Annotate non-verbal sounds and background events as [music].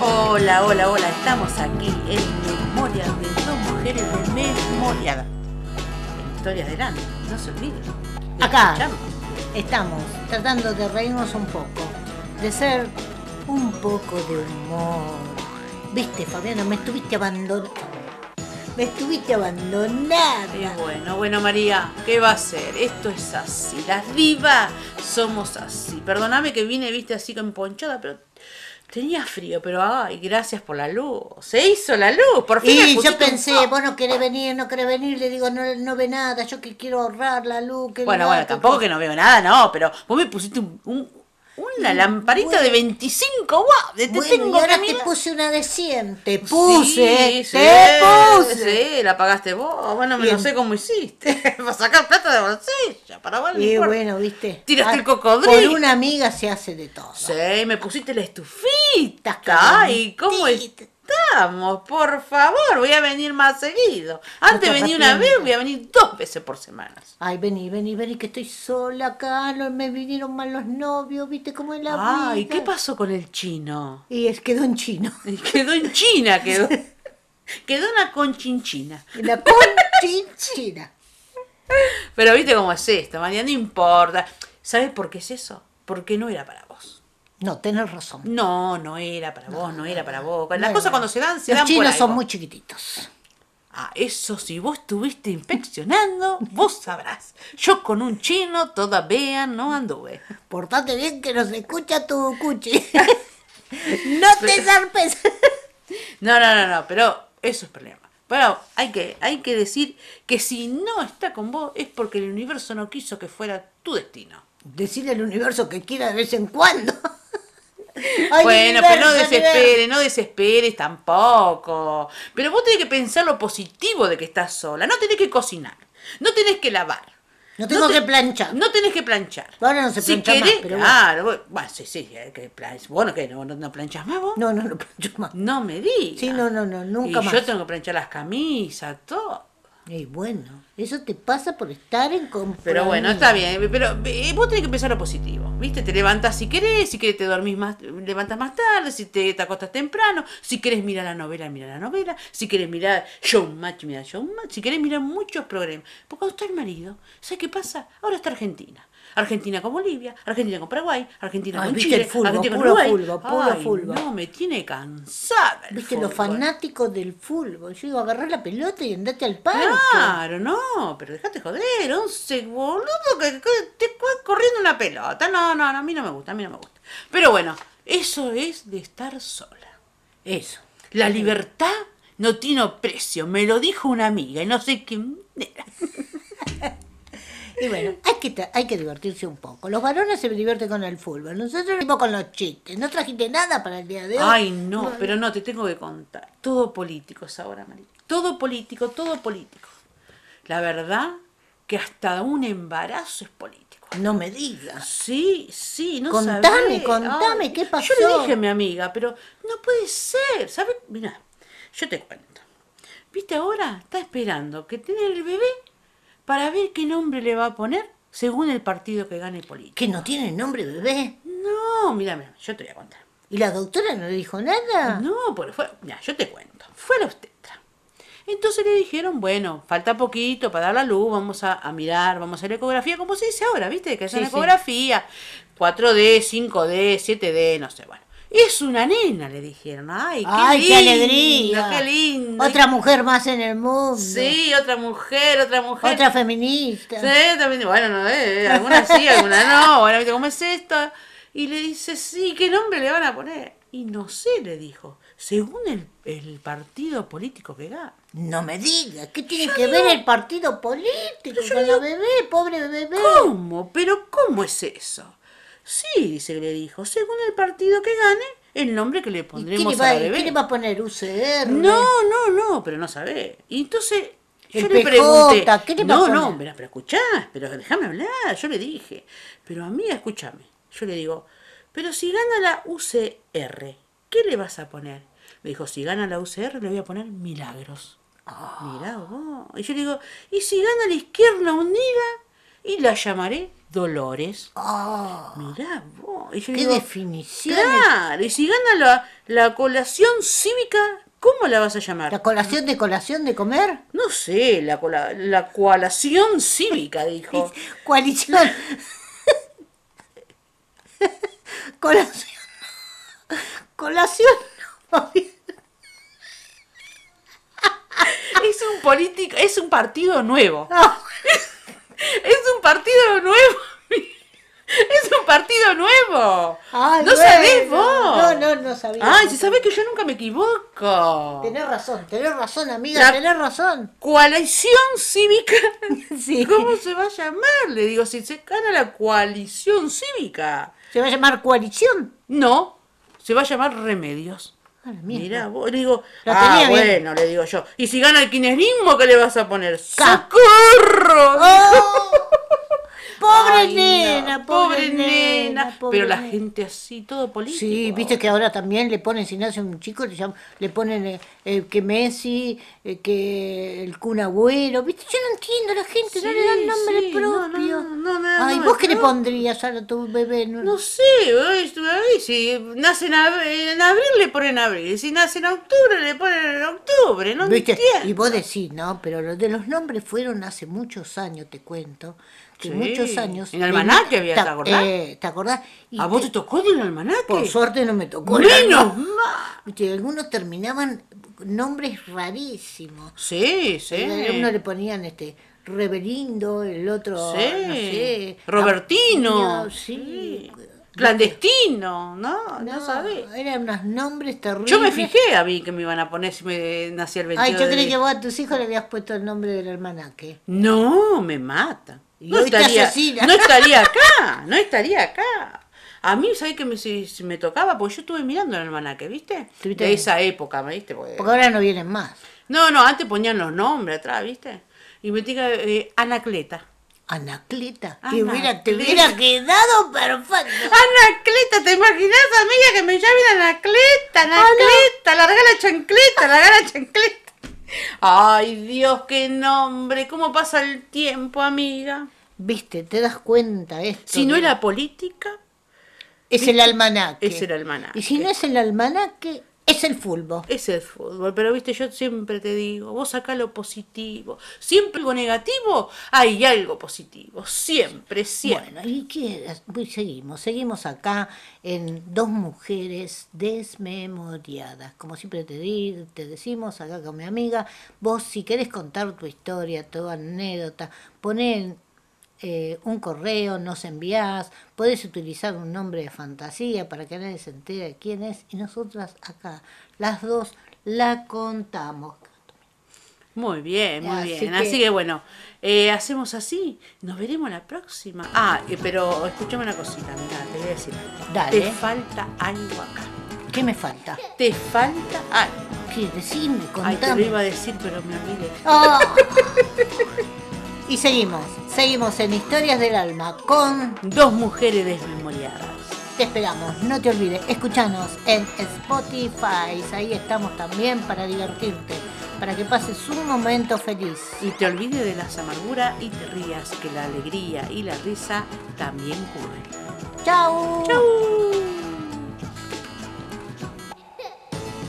Hola, hola, hola, estamos aquí en Memorias de dos mujeres de memoria. Historias del año, no se olviden. de Acá. escucharnos. Estamos tratando de reírnos un poco, de ser un poco de humor. Viste, Fabiana, me estuviste abandonada. Me estuviste Eh, abandonada. bueno, bueno María, ¿qué va a ser? Esto es así, las divas somos así. Perdóname que vine, viste, así con ponchada, pero tenía frío, pero ay, gracias por la luz. Se hizo la luz, por fin. me Y pusiste yo un ah, pensé, foco. vos no querés venir, no querés venir, le digo, no, no ve nada, yo que quiero ahorrar la luz. que Bueno, nada, bueno, que- tampoco que no veo nada, no, pero vos me pusiste un- un- una lamparita de 25 watts. de- Te Bueno, tengo y ahora que te mirar. puse una de 100, te Sí, puse, sí, te puse. Sí, la pagaste vos. Bueno, me no Bien. sé cómo hiciste. [laughs] Para sacar plata de bolsillo, para vos no Y importa. bueno, viste. Tiraste Ah, el cocodrilo. Por una amiga se hace de todo. Sí, me pusiste la estufita. Estás Ay, ¿cómo calentita. estamos? Por favor, voy a venir más seguido. Antes No te venía una arrepientes. vez, voy a venir dos veces por semana. Ay, vení, vení, vení, que estoy sola acá, no, me vinieron mal los novios, viste cómo es la vida. Ay, ¿qué pasó con el chino? [laughs] Y es quedó en chino. [laughs] Y Quedó en China, quedó. Quedó una conchinchina. En la conchinchina. Pero viste cómo es esto, María, no importa. ¿Sabes por qué es eso? Porque no era para vos. No, tenés razón. No, no era para vos, no era para vos. Las No, cosas no. cuando se dan, se Los dan por chinos algo. son muy chiquititos. Ah, eso si vos estuviste inspeccionando, vos sabrás. Yo con un chino todavía no anduve. Portate bien que nos escucha tu cuchi. [laughs] no te zarpes. No, no, no, no, pero eso es problema. Pero hay que, hay que decir que si no está con vos es porque el universo no quiso que fuera tu destino. Decirle al universo que quiera de vez en cuando. Ay, bueno, pero no universo, desesperes, no desesperes tampoco. Pero vos tenés que pensar lo positivo de que estás sola. No tenés que cocinar, no tenés que lavar, No tengo No te- que planchar. no tenés que planchar. Ahora no se si plancha más, querés, pero bueno. claro, vos- bueno, sí, sí, eh, que plan- bueno, que no, no, no planchas más vos. No, No, no, no plancho más. me digas. Sí, no, no, no, nunca y más. yo tengo que planchar las camisas, todo. Y bueno, eso te pasa por estar en compromiso. Pero bueno, está bien. Pero eh, vos tenés que pensar lo positivo, ¿viste? Te levantás si querés, si querés te dormís más, levantas más tarde, si te, te acostas temprano, si querés mirar la novela, mira la novela, si querés mirar Showmatch, mira Showmatch, si querés mirar muchos programas. Porque cuando está el marido, ¿sabes qué pasa? Ahora está Argentina. Argentina con Bolivia, Argentina con Paraguay, Argentina Ay, con viste Chile, el fútbol, Argentina con puro Uruguay. fútbol, puro Ay, fútbol. No, me tiene cansada. el Viste, los fútbol. fanáticos del fútbol. Yo digo, agarrar la pelota y andate al parque. Claro, no, pero dejate joder, once boludo que, que te va corriendo una pelota. No, no, no, a mí no me gusta, a mí no me gusta. Pero bueno, eso es de estar sola. Eso. La libertad no tiene precio, me lo dijo una amiga y no sé quién era. Y bueno, hay que, tra- hay que divertirse un poco. Los varones se divierten con el fútbol. Nosotros vivimos con los chistes. No trajiste nada para el día de hoy. Ay, Eh, no, pero no, te tengo que contar. Todo político es ahora, María. Todo político, todo político. La verdad que hasta un embarazo es político. No me digas. Sí, sí, no Contame, sabés. contame, ¿qué pasó? Yo le dije a mi amiga, pero no puede ser, ¿sabes? Mirá, yo te cuento. ¿Viste ahora? Está esperando que tenga el bebé para ver qué nombre le va a poner según el partido que gane político. Que no tiene nombre bebé. No, mira, mira, yo te voy a contar. ¿Y la doctora no le dijo nada? No, pero fue, mira, yo te cuento. Fue a la obstetra. Entonces le dijeron, bueno, falta poquito para dar la luz, vamos a, a mirar, vamos a hacer ecografía, como se dice ahora, ¿viste? Que es Sí, una sí. ecografía, 4D, 5D, 7D, no sé, bueno. Es una nena, le dijeron. Ay, qué, ¡Ay, qué lindo, alegría! ¡Qué lindo! Otra mujer más en el mundo. Sí, otra mujer, otra mujer. Otra feminista. Sí, también, bueno, no, eh, eh, alguna sí, alguna no, bueno, ¿viste cómo es esto? Y le dice, sí, ¿qué nombre le van a poner? Y no sé, le dijo, según el, el partido político que gana. No me digas, ¿qué tiene que ver el partido político con la bebé, pobre bebé? ¿Cómo? ¿Pero cómo es eso? Sí, dice que le dijo, según el partido que gane, el nombre que le ¿Y ¿Qué le, pondremos va, a la qué le bebé. va a poner UCR? No, no, no, pero no sabe. Y entonces yo El le PJ, pregunté, ¿qué le no, pasó? no, pero, pero escuchá, pero déjame hablar, yo le dije, pero amiga, escúchame, yo le digo, pero si gana la UCR, ¿qué le vas a poner? Me dijo, si gana la UCR le voy a poner Ah. milagros. Mirá vos. Y yo le digo, ¿y si gana la izquierda unida? y la llamaré Dolores. Ah, Mirá vos. Y yo ¡Qué digo, definiciones! claro, y si gana la, la colación cívica, ¿cómo la vas a llamar? ¿La colación de colación de comer? No sé, la, cola- la colación cívica, dijo. Coalición. [laughs] Colación. Colación. [laughs] Es un político, es un partido nuevo. Ah, Es un partido nuevo. Es un partido nuevo. ah, no bueno. sabés vos. No, no, no sabía. Ay, si sabés que yo nunca me equivoco. Tenés razón, tenés razón, amiga, La- tenés razón. Coalición [laughs] cívica. Sí. ¿Cómo se va a llamar? Le digo, si se gana la coalición cívica. ¿Se va a [laughs] llamar coalición? No, se va a llamar Remedios. A la mierda. Mira, vos, le digo, Lo ah, tenía bien. bueno, le digo yo. Y si gana el kirchnerismo, ¿qué le vas a poner? Ca. ¡Socorro! ¡Oh! Pobre Ay, no, nena, pobre, nena, pobre Pero la nena. gente así, todo político. Sí, viste que ahora también le ponen, si nace un chico, le, llaman- le ponen eh, eh, que Messi, eh, que el Kun Agüero, viste, yo no entiendo la gente, no Sí, le dan nombre sí, no, propio. no, no, no, Ay, no, ¿vos qué le no. pondrías ahora a tu bebé? No- No sé, ¿ves? Ahí si nace en, ab- en abril le ponen abril, si nace en octubre le ponen en octubre, no ¿Viste? entiendo. Y vos decís, no, pero lo de los nombres fueron hace muchos años, te cuento. Que Sí, muchos años. en almanaque había, ¿te ta- acordás? eh, ¿Te acordás? Y ¿A vos te tocó del almanaque? Por suerte no me tocó. la- ¡Menos mal! Viste, algunos terminaban nombres rarísimos. Sí, sí. A uno le ponían este Rebelindo, el otro, Sí. no sé, Robertino. Antonio, sí. Clandestino, ¿no? No, No, sabés. eran unos nombres terribles. Yo me fijé a mí que me iban a poner si me nacía el 22 Ay, yo de- creí que vos a tus hijos le habías puesto el nombre del almanaque. No, me mata. Y No hoy te estaría, asesina. no estaría acá, no estaría acá. A mí, ¿sabés que me, si- si me tocaba? Porque yo estuve mirando el almanaque, ¿viste? Estuviste De bien. esa época, ¿me viste? Porque- Porque ahora no vienen más. No, no, antes ponían los nombres atrás, ¿viste? Y me diga eh, Anacleta. Anacleta, que Anacleta. hubiera, te hubiera quedado perfecto. ¡Anacleta! ¿Te imaginas, amiga, que me llamen Anacleta? ¡Anacleta! ¡Larga la chancleta! ¡Larga la chancleta! ¡Ay, Dios, qué nombre! ¿Cómo pasa el tiempo, amiga? Viste, te das cuenta esto. Si no de- era política, Es el almanaque. Es el almanaque. Y si no es el almanaque, es el fulbo. Es el fútbol, pero viste, yo siempre te digo, vos sacá lo positivo. Siempre algo negativo, hay algo positivo. Siempre, siempre. Bueno, y qué, pues seguimos, seguimos acá en dos mujeres desmemoriadas. Como siempre te, di- te decimos acá con mi amiga, vos si querés contar tu historia, tu anécdota, poné eh, un correo, nos enviás, podés utilizar un nombre de fantasía para que nadie se entere de quién es y nosotras acá, las dos, la contamos. Muy bien, muy Así bien. que- Así que bueno, eh, hacemos así. Nos veremos la próxima. Ah, eh, pero escúchame una cosita, mirá, te voy a decir. Dale. Te falta algo acá. ¿Qué me falta? Te falta algo. ¿Qué? Decime, Ay, te lo contame. iba a decir, pero me olvidé. Ah. [laughs] Y seguimos, seguimos en Historias del Alma con... Dos mujeres desmemoriadas. Te esperamos, no te olvides, escuchanos en Spotify, ahí estamos también para divertirte, para que pases un momento feliz. Y te olvides de las amarguras y te rías que la alegría y la risa también cubren. ¡Chao! ¡Chau!